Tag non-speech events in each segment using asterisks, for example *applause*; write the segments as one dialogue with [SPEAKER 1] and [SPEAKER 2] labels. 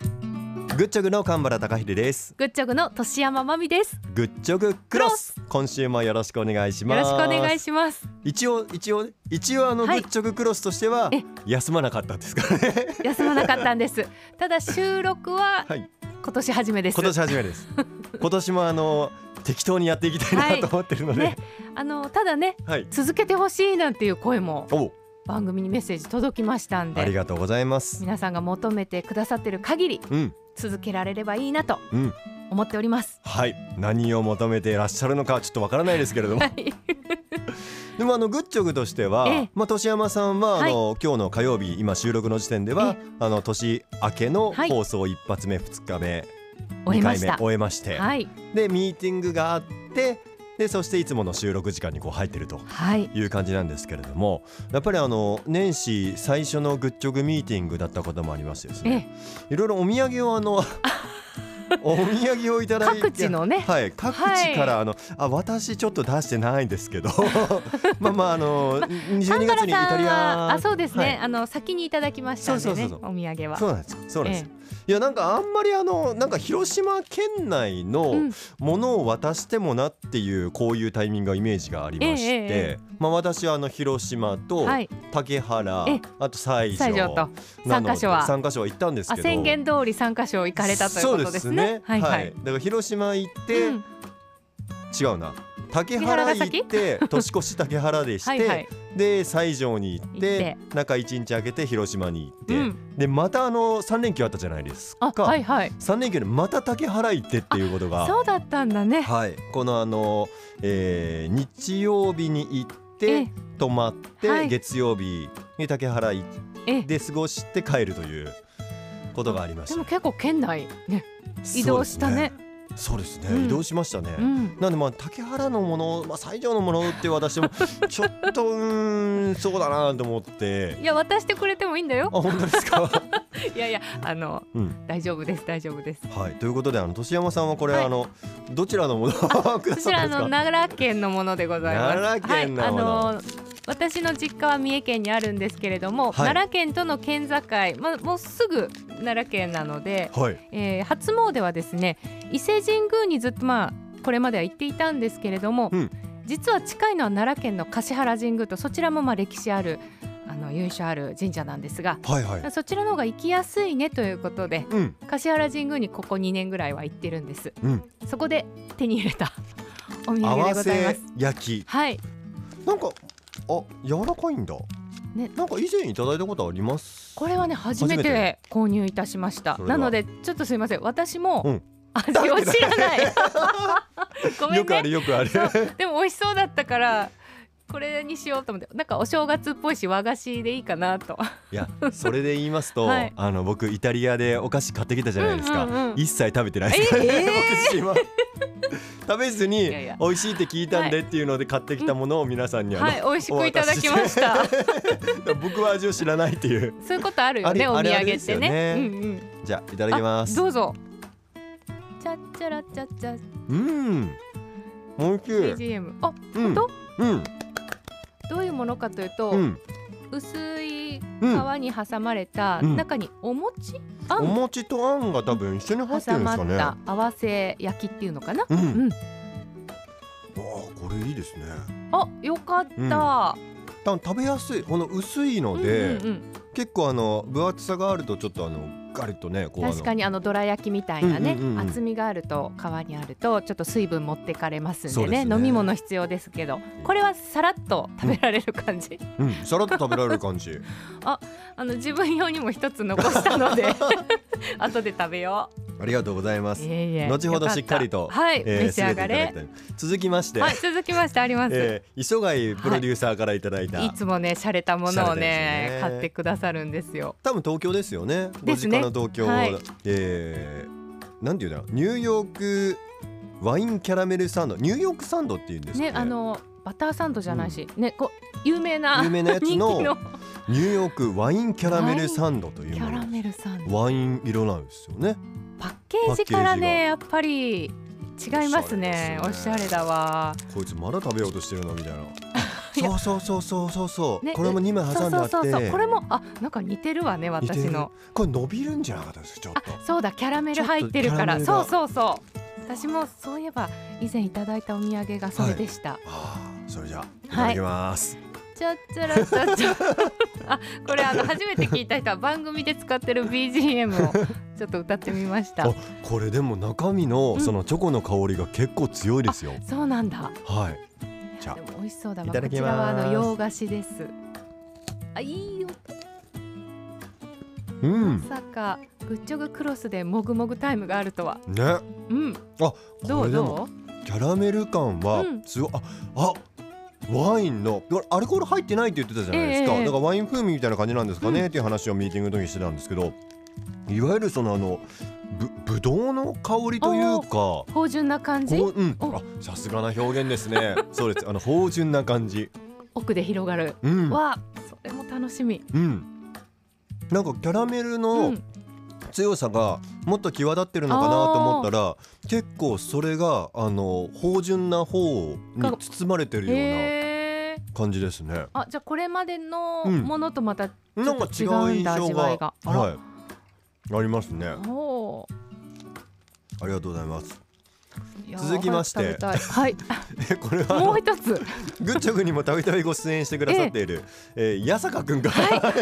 [SPEAKER 1] グッチョグの神原孝秀です
[SPEAKER 2] グッチョグの年山まみです。
[SPEAKER 1] グッチョグクロス今週もよろしくお願いし
[SPEAKER 2] よ
[SPEAKER 1] ま
[SPEAKER 2] ろ
[SPEAKER 1] す
[SPEAKER 2] しくお願いします。
[SPEAKER 1] 一応一応ね一応あのグ
[SPEAKER 2] はい
[SPEAKER 1] ッチョグクロスとしては
[SPEAKER 2] え
[SPEAKER 1] 休まなかったんですからね
[SPEAKER 2] 休まなかったんです。ただ収録は
[SPEAKER 1] はい
[SPEAKER 2] 今年初めです。
[SPEAKER 1] 今年初めてです
[SPEAKER 2] *laughs*
[SPEAKER 1] 今年もあの適当にやっていきた
[SPEAKER 2] はいい
[SPEAKER 1] なと思ってるので
[SPEAKER 2] ねあのただね
[SPEAKER 1] はい
[SPEAKER 2] 続けてほしいなんていう声も
[SPEAKER 1] おう
[SPEAKER 2] 番組にメッセージ届きましたん
[SPEAKER 1] あり
[SPEAKER 2] で。
[SPEAKER 1] がとうございます
[SPEAKER 2] 皆さんが求めてくださってる限り
[SPEAKER 1] うん
[SPEAKER 2] 続けられればいいなと
[SPEAKER 1] うん
[SPEAKER 2] 思っております。
[SPEAKER 1] はい何を求めていらっしゃるのかちょっとわからないですけれども
[SPEAKER 2] はい、
[SPEAKER 1] でもあのグッチョグとしては、
[SPEAKER 2] ええ
[SPEAKER 1] まあ年山さんはあの、今日の火曜日今収録の時点では、あの年明けの
[SPEAKER 2] はい
[SPEAKER 1] 放送一発目二日目二
[SPEAKER 2] 終えま
[SPEAKER 1] 回
[SPEAKER 2] し
[SPEAKER 1] 目
[SPEAKER 2] た。
[SPEAKER 1] 終えまして、
[SPEAKER 2] はい、
[SPEAKER 1] でミーティングがあってでそしていつもの収録時間にこう入ってると
[SPEAKER 2] はい、
[SPEAKER 1] いう感じなんですけれどもやっぱりあの年始最初のグッチョグミーティングだったこともありましてです
[SPEAKER 2] え
[SPEAKER 1] ねいろいろお土産をあ
[SPEAKER 2] *laughs*
[SPEAKER 1] のお土産をいただいて
[SPEAKER 2] 各地のね
[SPEAKER 1] はい、各地からあの、あ私ちょっと出してないんですけど *laughs* まあまああの
[SPEAKER 2] 神
[SPEAKER 1] 22月
[SPEAKER 2] 原
[SPEAKER 1] にイタ
[SPEAKER 2] さん
[SPEAKER 1] リ
[SPEAKER 2] は
[SPEAKER 1] ア
[SPEAKER 2] あそうですね、
[SPEAKER 1] はい
[SPEAKER 2] あの先にいただきましたんでね
[SPEAKER 1] そうそうそうそ
[SPEAKER 2] お土産は
[SPEAKER 1] そうなんですそうなんです、
[SPEAKER 2] え
[SPEAKER 1] いやなんかあんまりあのなんか広島県内
[SPEAKER 2] う
[SPEAKER 1] の
[SPEAKER 2] ん
[SPEAKER 1] ものを渡してもなっていうこういうタイミングがイメージがありまして、
[SPEAKER 2] ええええ
[SPEAKER 1] まあ私はあの広島と
[SPEAKER 2] はい
[SPEAKER 1] 竹原、
[SPEAKER 2] ええ
[SPEAKER 1] あと西条
[SPEAKER 2] 西条と
[SPEAKER 1] なので
[SPEAKER 2] 三箇所は
[SPEAKER 1] 三箇所は行ったんです
[SPEAKER 2] あ
[SPEAKER 1] けど
[SPEAKER 2] 宣言通り三箇所行かれたというこ
[SPEAKER 1] そ
[SPEAKER 2] とですね。
[SPEAKER 1] うですねはい、
[SPEAKER 2] はい、
[SPEAKER 1] だから広島行って、
[SPEAKER 2] うん
[SPEAKER 1] 違うな竹原行って
[SPEAKER 2] *laughs*
[SPEAKER 1] 年越し竹原でして
[SPEAKER 2] はいはい
[SPEAKER 1] で西条に行って
[SPEAKER 2] 行
[SPEAKER 1] 中一日明けて広島に行って、
[SPEAKER 2] うん
[SPEAKER 1] でまたあの三連休あったじゃないです
[SPEAKER 2] あ
[SPEAKER 1] か、
[SPEAKER 2] はいはい
[SPEAKER 1] 三連休でまた竹原行ってっていうことが
[SPEAKER 2] そうだったんだね。
[SPEAKER 1] はい、このあの、えー日曜日に行っ
[SPEAKER 2] え
[SPEAKER 1] て
[SPEAKER 2] え
[SPEAKER 1] 泊まって、
[SPEAKER 2] はい
[SPEAKER 1] 月曜日に竹原行っ
[SPEAKER 2] え
[SPEAKER 1] て過ごして帰るということがありまし
[SPEAKER 2] で
[SPEAKER 1] た
[SPEAKER 2] も結構県内ね。移動したね
[SPEAKER 1] そうですね、
[SPEAKER 2] うん
[SPEAKER 1] 移動しましたね、
[SPEAKER 2] うん。
[SPEAKER 1] なんでまあ竹原のもの、まあ、西条のものって私
[SPEAKER 2] *laughs*
[SPEAKER 1] もちょっとうーんそうだなと思って
[SPEAKER 2] いや渡してくれてもいいんだよ
[SPEAKER 1] あ。本当です
[SPEAKER 2] *laughs*
[SPEAKER 1] か、
[SPEAKER 2] いやいやあの
[SPEAKER 1] うん
[SPEAKER 2] 大丈夫です大丈夫です。
[SPEAKER 1] はい、ということであの年山さんはこれ、
[SPEAKER 2] はい
[SPEAKER 1] あのどちらのものをくだ
[SPEAKER 2] こ
[SPEAKER 1] さ
[SPEAKER 2] ち
[SPEAKER 1] った
[SPEAKER 2] ら
[SPEAKER 1] んです
[SPEAKER 2] の
[SPEAKER 1] か
[SPEAKER 2] 奈良県のものでございます。
[SPEAKER 1] 奈良県のもの
[SPEAKER 2] はい、あの私の実家は三重県にあるんですけれども、
[SPEAKER 1] はい
[SPEAKER 2] 奈良県との県境、まあもうすぐ奈良県なので、
[SPEAKER 1] はい
[SPEAKER 2] えー初詣はですね伊勢神宮にずっとまあこれまでは行っていたんですけれども、
[SPEAKER 1] うん
[SPEAKER 2] 実は近いのは奈良県の橿原神宮とそちらもまあ歴史あるあの由緒ある神社なんですが
[SPEAKER 1] はいはい
[SPEAKER 2] そちらの方が行きやすいねということで
[SPEAKER 1] うん
[SPEAKER 2] 橿原神宮にここ2年ぐらいは行ってるんです
[SPEAKER 1] うん
[SPEAKER 2] そこで手に入れた *laughs*
[SPEAKER 1] 合
[SPEAKER 2] お土産で
[SPEAKER 1] わ
[SPEAKER 2] ございま
[SPEAKER 1] せ
[SPEAKER 2] す
[SPEAKER 1] 焼き
[SPEAKER 2] はい
[SPEAKER 1] なんかあ柔らかいんだ、
[SPEAKER 2] ね
[SPEAKER 1] なんか以前いただいたことあります
[SPEAKER 2] これはね初め
[SPEAKER 1] 初め
[SPEAKER 2] て購入いたしました
[SPEAKER 1] それは
[SPEAKER 2] なのでちょっとすいません私も、
[SPEAKER 1] うん
[SPEAKER 2] 味を知らないごめ
[SPEAKER 1] よ
[SPEAKER 2] ん
[SPEAKER 1] くあ
[SPEAKER 2] ね
[SPEAKER 1] るよくある
[SPEAKER 2] そうでも美味しそうだったからこれにしようと思ってなんかお正月っぽいし和菓子でいいかなと
[SPEAKER 1] いやそれで言いますと、
[SPEAKER 2] *laughs* はい
[SPEAKER 1] あの僕イタリアでお菓子買ってきたじゃないですか、
[SPEAKER 2] うんうんうん
[SPEAKER 1] 一切食べてないです、
[SPEAKER 2] え
[SPEAKER 1] *laughs*
[SPEAKER 2] え
[SPEAKER 1] 僕自身は食べずに
[SPEAKER 2] いやいや
[SPEAKER 1] 美味しいって聞いたんでっていうので買ってきたものを皆さんにあの、
[SPEAKER 2] はい美味しくいただきました
[SPEAKER 1] *laughs* 僕は味を知らないっていう
[SPEAKER 2] そういうことあるよね
[SPEAKER 1] あれ
[SPEAKER 2] お土
[SPEAKER 1] あれ
[SPEAKER 2] 産
[SPEAKER 1] あ
[SPEAKER 2] っ
[SPEAKER 1] れ
[SPEAKER 2] てね
[SPEAKER 1] ですよね
[SPEAKER 2] うんうん、い
[SPEAKER 1] じゃあいただきます
[SPEAKER 2] どうぞチャッチャラチャッチャ
[SPEAKER 1] うん美味しい
[SPEAKER 2] BGM あ
[SPEAKER 1] うん
[SPEAKER 2] 当
[SPEAKER 1] うん
[SPEAKER 2] どういうものかというと、
[SPEAKER 1] うん
[SPEAKER 2] 薄い皮
[SPEAKER 1] うん
[SPEAKER 2] に挟まれた、
[SPEAKER 1] うん
[SPEAKER 2] 中にお餅あ
[SPEAKER 1] お
[SPEAKER 2] ん
[SPEAKER 1] 餅とあんが多分一緒に入ってるん
[SPEAKER 2] 挟
[SPEAKER 1] で
[SPEAKER 2] ます
[SPEAKER 1] か
[SPEAKER 2] っ
[SPEAKER 1] ね
[SPEAKER 2] た合わせ焼きっていうのかな
[SPEAKER 1] うん、
[SPEAKER 2] うん
[SPEAKER 1] あーこれいいですね
[SPEAKER 2] あよかった、
[SPEAKER 1] 多分食べやすいこの薄いの
[SPEAKER 2] うん、
[SPEAKER 1] で、
[SPEAKER 2] うんうん、
[SPEAKER 1] 結構あの分厚さがあるとちょっとあのガリッとねこうあの
[SPEAKER 2] 確かにあのどら焼きみたいなね、
[SPEAKER 1] うんうんうんうん
[SPEAKER 2] 厚みがあると皮にあるとちょっと水分持ってかれますん
[SPEAKER 1] そう
[SPEAKER 2] で
[SPEAKER 1] で
[SPEAKER 2] ね
[SPEAKER 1] すね
[SPEAKER 2] 飲み物必要ですけどこれはさらっと食べられる感じ、
[SPEAKER 1] うん、さらっと食べられる感じ *laughs*
[SPEAKER 2] あの自分用にも一つ残したの
[SPEAKER 1] *laughs*
[SPEAKER 2] で *laughs* 後で食べよ
[SPEAKER 1] ありがとうございま
[SPEAKER 2] う
[SPEAKER 1] す、
[SPEAKER 2] いえいえ
[SPEAKER 1] 後ほどしっかりと
[SPEAKER 2] よったはい、
[SPEAKER 1] えー
[SPEAKER 2] 召し上がれ
[SPEAKER 1] 全ていただきたい続きまして、
[SPEAKER 2] はい続きましてあります、
[SPEAKER 1] *laughs* えー磯貝プロデューサーからいただいた、
[SPEAKER 2] いつもね洒落たもの
[SPEAKER 1] 洒
[SPEAKER 2] をね
[SPEAKER 1] 落たですね
[SPEAKER 2] 買ってくださるんですよ
[SPEAKER 1] 多分東京ですよねご
[SPEAKER 2] です
[SPEAKER 1] 実
[SPEAKER 2] ね
[SPEAKER 1] 家の東京、
[SPEAKER 2] はい
[SPEAKER 1] えーなんていうんだろうニューヨークワインキャラメルサンドニューヨークサンドっていうんですか
[SPEAKER 2] ね
[SPEAKER 1] ね
[SPEAKER 2] あのバターサンドじゃないし、ねこう有名な
[SPEAKER 1] 有名なやつ
[SPEAKER 2] *laughs* 人気
[SPEAKER 1] の
[SPEAKER 2] の
[SPEAKER 1] ニューヨークワインキャラメルサンドとい
[SPEAKER 2] キ
[SPEAKER 1] うも
[SPEAKER 2] ャラ
[SPEAKER 1] の
[SPEAKER 2] メルサンド
[SPEAKER 1] ワイン色なんですよね
[SPEAKER 2] パッケージからねやっぱり違いますね
[SPEAKER 1] お
[SPEAKER 2] お
[SPEAKER 1] し
[SPEAKER 2] し
[SPEAKER 1] ゃ
[SPEAKER 2] ゃ
[SPEAKER 1] れですね
[SPEAKER 2] れだわ
[SPEAKER 1] こいつまだ食べようとしてるなみたいな
[SPEAKER 2] いや
[SPEAKER 1] そうそうそうそうそうそう、
[SPEAKER 2] ね
[SPEAKER 1] これも2枚
[SPEAKER 2] そ
[SPEAKER 1] 挟
[SPEAKER 2] うん
[SPEAKER 1] であ
[SPEAKER 2] そ
[SPEAKER 1] っ
[SPEAKER 2] う
[SPEAKER 1] て
[SPEAKER 2] そうそうこれもあなんか似てるわね
[SPEAKER 1] 似てる
[SPEAKER 2] 私の
[SPEAKER 1] これ伸びるんじゃなかったですちょっ
[SPEAKER 2] あ
[SPEAKER 1] と
[SPEAKER 2] そうだキャラメル入ってるから
[SPEAKER 1] ちょ
[SPEAKER 2] そ
[SPEAKER 1] っと
[SPEAKER 2] う
[SPEAKER 1] キ
[SPEAKER 2] そうそう私もそういえば以前いただいたお土産がそれでした、
[SPEAKER 1] ああそれじゃあいただきます、
[SPEAKER 2] ちゃっちゃらち
[SPEAKER 1] *laughs*
[SPEAKER 2] ゃっちゃあこれあの初めて聞いた人は番組で使ってる BGM をちょっと歌ってみました
[SPEAKER 1] あこれでも中身の
[SPEAKER 2] うん
[SPEAKER 1] そのチョコの香りが結構強いですよ、
[SPEAKER 2] そうなんだ
[SPEAKER 1] はいじゃあ
[SPEAKER 2] でも美味しそうだわ
[SPEAKER 1] いただきます
[SPEAKER 2] こちらはあの洋菓子ですあいいよ
[SPEAKER 1] うん
[SPEAKER 2] まさかグッチョグクロスでもぐもぐタイムがあるとは
[SPEAKER 1] ね
[SPEAKER 2] うん
[SPEAKER 1] あ
[SPEAKER 2] ど
[SPEAKER 1] こ
[SPEAKER 2] う
[SPEAKER 1] れでも
[SPEAKER 2] ど
[SPEAKER 1] キャラメル感は
[SPEAKER 2] うん
[SPEAKER 1] すごい、ああワインのアルコール入ってないって言ってたじゃないですか、
[SPEAKER 2] ええ
[SPEAKER 1] だからワイン風味みたいな感じなんですかね、
[SPEAKER 2] うん
[SPEAKER 1] っていう話をミーティングの時にしてたんですけどいわゆるそのあのぶぶどうの香りというかこ
[SPEAKER 2] う芳醇な感
[SPEAKER 1] う
[SPEAKER 2] じ
[SPEAKER 1] うん
[SPEAKER 2] お
[SPEAKER 1] あさすがな表現ですね *laughs* そうですあの芳醇な感じ
[SPEAKER 2] 奥で広がる
[SPEAKER 1] うん
[SPEAKER 2] わそれも楽しみ
[SPEAKER 1] うんなんかキャラメル
[SPEAKER 2] う
[SPEAKER 1] の
[SPEAKER 2] ん
[SPEAKER 1] 強さがもっと際立ってるのかなと思ったら結構それがあの芳醇な方に包まれてるような
[SPEAKER 2] へえ
[SPEAKER 1] 感じですね。
[SPEAKER 2] あじゃあこれまでの
[SPEAKER 1] うん
[SPEAKER 2] ものとまた
[SPEAKER 1] なんか違う印象
[SPEAKER 2] 味わいが
[SPEAKER 1] が、
[SPEAKER 2] あら
[SPEAKER 1] はい、ありますね。あ
[SPEAKER 2] おー
[SPEAKER 1] りがとうございます。
[SPEAKER 2] いや
[SPEAKER 1] 続きまして
[SPEAKER 2] 早く食べたいはい
[SPEAKER 1] えこれはあ
[SPEAKER 2] も
[SPEAKER 1] の
[SPEAKER 2] う一
[SPEAKER 1] *laughs*
[SPEAKER 2] つ
[SPEAKER 1] グッチョグにもたびたびご出演してくださっている、えー、八坂くんから、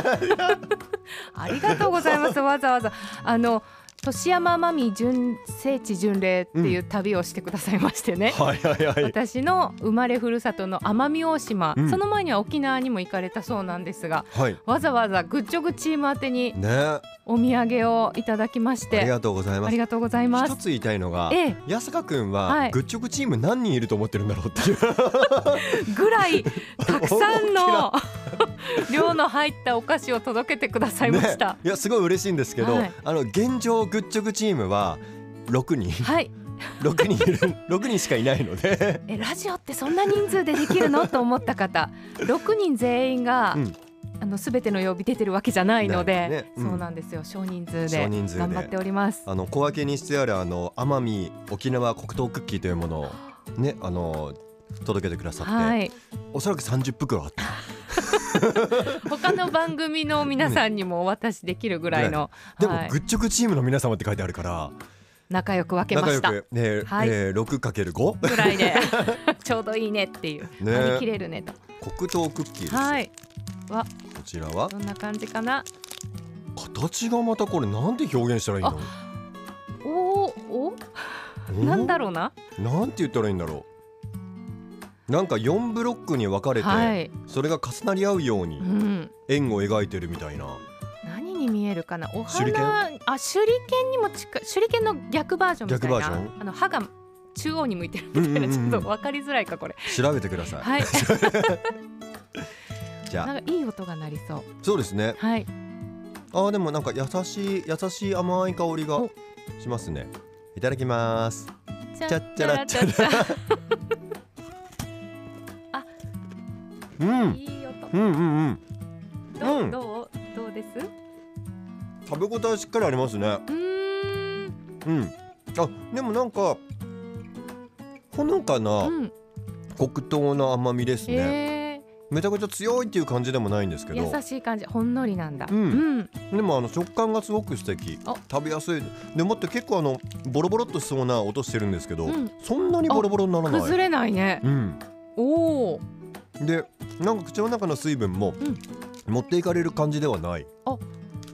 [SPEAKER 2] ありがとうございます。わざわざあの年山まみ巡聖地巡礼っていう旅をしてくださいましてね。
[SPEAKER 1] *laughs* はいはいはい。
[SPEAKER 2] 私の生まれふるさとの奄美大島、
[SPEAKER 1] うん
[SPEAKER 2] その前には沖縄にも行かれたそうなんですが
[SPEAKER 1] はい。
[SPEAKER 2] わざわざグッチョグチーム宛てに
[SPEAKER 1] ね、あ
[SPEAKER 2] お土産をいただきまし
[SPEAKER 1] り
[SPEAKER 2] て
[SPEAKER 1] がとうござい
[SPEAKER 2] あ
[SPEAKER 1] ま
[SPEAKER 2] り
[SPEAKER 1] す。
[SPEAKER 2] がとうございま
[SPEAKER 1] 一
[SPEAKER 2] す。
[SPEAKER 1] つ言いたいのが。
[SPEAKER 2] え
[SPEAKER 1] 八坂くん
[SPEAKER 2] は
[SPEAKER 1] はいグッチョグチーム何人いると思ってるんだろうっていう
[SPEAKER 2] え、ぐ
[SPEAKER 1] *laughs*
[SPEAKER 2] らいたくさ
[SPEAKER 1] 大
[SPEAKER 2] んの *laughs* 量の入ったお菓子を届けてくださいました。
[SPEAKER 1] いやすごい嬉しいんですけど、
[SPEAKER 2] はい
[SPEAKER 1] あの現状グッチョグチームは六人
[SPEAKER 2] はい、
[SPEAKER 1] 六人いる六人しかいないので
[SPEAKER 2] えラジオってそんな人数でできるのと思った
[SPEAKER 1] *laughs*
[SPEAKER 2] 方6人全員が、
[SPEAKER 1] うん
[SPEAKER 2] あの全ての曜日出てるわけじゃないので
[SPEAKER 1] ないねうん
[SPEAKER 2] そうなんですよ少人数
[SPEAKER 1] 少
[SPEAKER 2] で
[SPEAKER 1] 人数で
[SPEAKER 2] 頑張っております。
[SPEAKER 1] あの小分けにしてあるあの奄美沖縄黒糖クッキーというものをねあの届けてくださって、
[SPEAKER 2] はい、
[SPEAKER 1] おそらく30袋あった
[SPEAKER 2] 他の番組の皆さんにもお渡しできるぐら
[SPEAKER 1] *laughs*
[SPEAKER 2] いの、
[SPEAKER 1] でも、
[SPEAKER 2] はい
[SPEAKER 1] グ、ッチョクチームの皆様って書いてあるから
[SPEAKER 2] 仲良く分けました
[SPEAKER 1] 仲良く、ね
[SPEAKER 2] はい
[SPEAKER 1] えー、6×5
[SPEAKER 2] ぐらいで *laughs* ちょうどいいねっていう、
[SPEAKER 1] ね
[SPEAKER 2] 割り切れるねと。
[SPEAKER 1] 黒糖クッキーです、
[SPEAKER 2] はい、
[SPEAKER 1] こちらは
[SPEAKER 2] どんな感じかな。
[SPEAKER 1] 形がまたこれなんて表現したらいいの
[SPEAKER 2] おーおお、なんだろうな。
[SPEAKER 1] うなんて言ったらいいんだろうなんか4ブロックに分かれて、
[SPEAKER 2] はい、
[SPEAKER 1] それが重なり合うよう
[SPEAKER 2] う
[SPEAKER 1] に
[SPEAKER 2] ん。
[SPEAKER 1] 円を描いてるみたいな、
[SPEAKER 2] 何に見えるかなお
[SPEAKER 1] 手裏
[SPEAKER 2] 花あ手裏剣にも近い手裏剣の逆バージョンみたいな
[SPEAKER 1] 逆バージョ
[SPEAKER 2] あの歯が中央に向いてる
[SPEAKER 1] うん
[SPEAKER 2] み
[SPEAKER 1] うん
[SPEAKER 2] たいな、
[SPEAKER 1] うん
[SPEAKER 2] ちょっと分かりづらいかこれ
[SPEAKER 1] 調べてください、
[SPEAKER 2] はい
[SPEAKER 1] じゃあ
[SPEAKER 2] なんかいい音が鳴りそう
[SPEAKER 1] そうですね
[SPEAKER 2] はい
[SPEAKER 1] あーでもなんか優しい優しい甘い香りが
[SPEAKER 2] お
[SPEAKER 1] しますねいただきます
[SPEAKER 2] ち
[SPEAKER 1] ゃっちゃらちゃ
[SPEAKER 2] っちゃら
[SPEAKER 1] うんう
[SPEAKER 2] い
[SPEAKER 1] ん
[SPEAKER 2] い
[SPEAKER 1] う
[SPEAKER 2] 音
[SPEAKER 1] んうん
[SPEAKER 2] ど
[SPEAKER 1] うん
[SPEAKER 2] うどうどうです
[SPEAKER 1] 食べ応えしっかりありますね
[SPEAKER 2] うーん
[SPEAKER 1] うんあでもなんかほのかな
[SPEAKER 2] うん
[SPEAKER 1] 黒糖の甘みですね、
[SPEAKER 2] え
[SPEAKER 1] めちゃくちゃ強いっていう感じでもないんですけ
[SPEAKER 2] ー、
[SPEAKER 1] ど
[SPEAKER 2] 優しい感じほんのりなんだ
[SPEAKER 1] うん
[SPEAKER 2] うん、
[SPEAKER 1] でもあの食感がすごく素敵
[SPEAKER 2] あ
[SPEAKER 1] 食べやすいでもって結構あのボロボロっとしそうな音してるんですけど、
[SPEAKER 2] うん
[SPEAKER 1] そんなにボロボロにならない
[SPEAKER 2] 崩れないね
[SPEAKER 1] うん
[SPEAKER 2] おお
[SPEAKER 1] でなんか口の中の水分も
[SPEAKER 2] うん
[SPEAKER 1] 持っていかれる感じではない
[SPEAKER 2] あ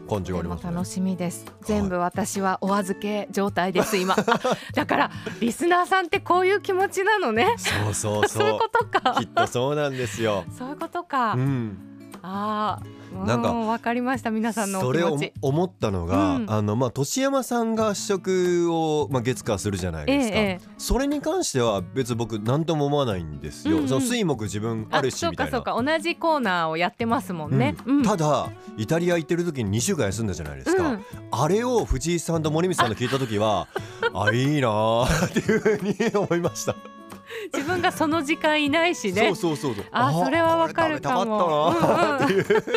[SPEAKER 1] 感じ
[SPEAKER 2] で
[SPEAKER 1] があり
[SPEAKER 2] も
[SPEAKER 1] ますね
[SPEAKER 2] 楽。しみです、全部私はお預け状態です
[SPEAKER 1] *laughs*
[SPEAKER 2] 今あだからリスナーさんってこういう気持ちなのね
[SPEAKER 1] そうそう
[SPEAKER 2] *laughs* そうい
[SPEAKER 1] そ
[SPEAKER 2] うこと
[SPEAKER 1] う。
[SPEAKER 2] か
[SPEAKER 1] きっとそうなんですよ。
[SPEAKER 2] そういうことか、
[SPEAKER 1] うん、
[SPEAKER 2] ああ
[SPEAKER 1] なんか
[SPEAKER 2] わかりました皆さんの
[SPEAKER 1] そ
[SPEAKER 2] お気
[SPEAKER 1] れを
[SPEAKER 2] 持ち
[SPEAKER 1] 思ったのが、
[SPEAKER 2] うん
[SPEAKER 1] あのまあ年山さんが試食をまあ月火するじゃない
[SPEAKER 2] ええ
[SPEAKER 1] ですか、
[SPEAKER 2] ええ
[SPEAKER 1] それに関しては別に僕何とも思わないんですよ、
[SPEAKER 2] うんうん
[SPEAKER 1] その水木自分あるし
[SPEAKER 2] そう
[SPEAKER 1] みた
[SPEAKER 2] か
[SPEAKER 1] い
[SPEAKER 2] そう
[SPEAKER 1] な
[SPEAKER 2] か同じコーナーをやってますもんね、
[SPEAKER 1] うん
[SPEAKER 2] うん
[SPEAKER 1] ただイタリア行ってる時に2週間休んだじゃないですか、
[SPEAKER 2] うん
[SPEAKER 1] あれを藤井さんと森光さんの聞いた時
[SPEAKER 2] *laughs*
[SPEAKER 1] はあいいなーっていうふうに思いました
[SPEAKER 2] 自分がその時間いないし
[SPEAKER 1] そ
[SPEAKER 2] ね
[SPEAKER 1] うそうそうそう。
[SPEAKER 2] あそれはわかるかも
[SPEAKER 1] これ食べたかったな。
[SPEAKER 2] うんうん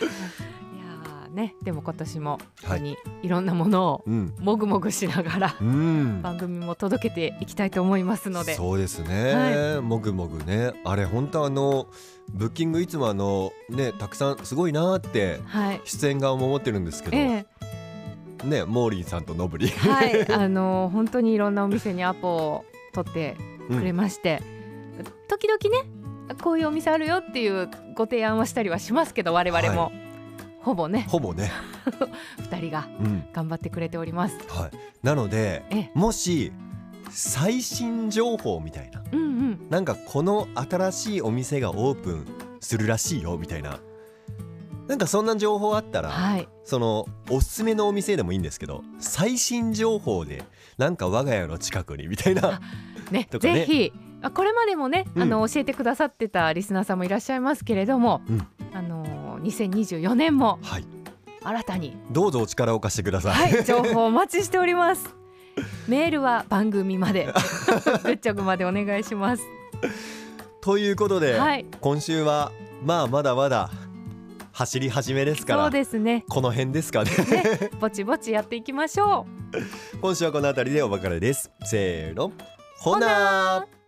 [SPEAKER 2] いやーねでも今年も
[SPEAKER 1] はい
[SPEAKER 2] 本当にいろんなものを
[SPEAKER 1] うん
[SPEAKER 2] もぐもぐしながら
[SPEAKER 1] うん
[SPEAKER 2] 番組も届けていきたいと思いますので
[SPEAKER 1] そうですね、もぐもぐねあれ本当あのブッキングいつもあのねたくさんすごいなーって
[SPEAKER 2] はい
[SPEAKER 1] 出演側も思ってるんですけど、
[SPEAKER 2] え
[SPEAKER 1] ねモーリーさんとノブリ
[SPEAKER 2] え、はいあの本当にいろんなお店にアポを取ってくれまして、時々ねこういうお店あるよっていうご提案はしたりはしますけど我々も、
[SPEAKER 1] は
[SPEAKER 2] ほぼね
[SPEAKER 1] ほぼね、
[SPEAKER 2] 2人が
[SPEAKER 1] うん
[SPEAKER 2] 頑張ってくれております。
[SPEAKER 1] はい、なので
[SPEAKER 2] ええ
[SPEAKER 1] もし最新情報みたいな
[SPEAKER 2] うんうん、
[SPEAKER 1] なんかこの新しいお店がオープンするらしいよみたいななんかそんな情報あったら、
[SPEAKER 2] はい
[SPEAKER 1] そのおすすめのお店でもいいんですけど最新情報でなんか我が家の近くにみたいな
[SPEAKER 2] ね
[SPEAKER 1] とかね
[SPEAKER 2] ぜひあこれまでもね、
[SPEAKER 1] うん
[SPEAKER 2] あの教えてくださってたリスナーさんもいらっしゃいますけれども、
[SPEAKER 1] うん
[SPEAKER 2] あの2024年も
[SPEAKER 1] はい
[SPEAKER 2] 新たに、
[SPEAKER 1] どうぞお力を貸してください、 *laughs*
[SPEAKER 2] はい、情報お待ちしております。メールは番組ま
[SPEAKER 1] *laughs*
[SPEAKER 2] で *laughs* グッチョグまでお願いします。
[SPEAKER 1] ということで、
[SPEAKER 2] はい
[SPEAKER 1] 今週はまあまだまだ走り始めですか
[SPEAKER 2] そ
[SPEAKER 1] ら
[SPEAKER 2] うですね。
[SPEAKER 1] この辺ですかね *laughs*
[SPEAKER 2] ね、ぼちぼちやっていきましょう。
[SPEAKER 1] 今週はこの辺りでお別れですせーのほな
[SPEAKER 2] ほな
[SPEAKER 1] ー
[SPEAKER 2] ー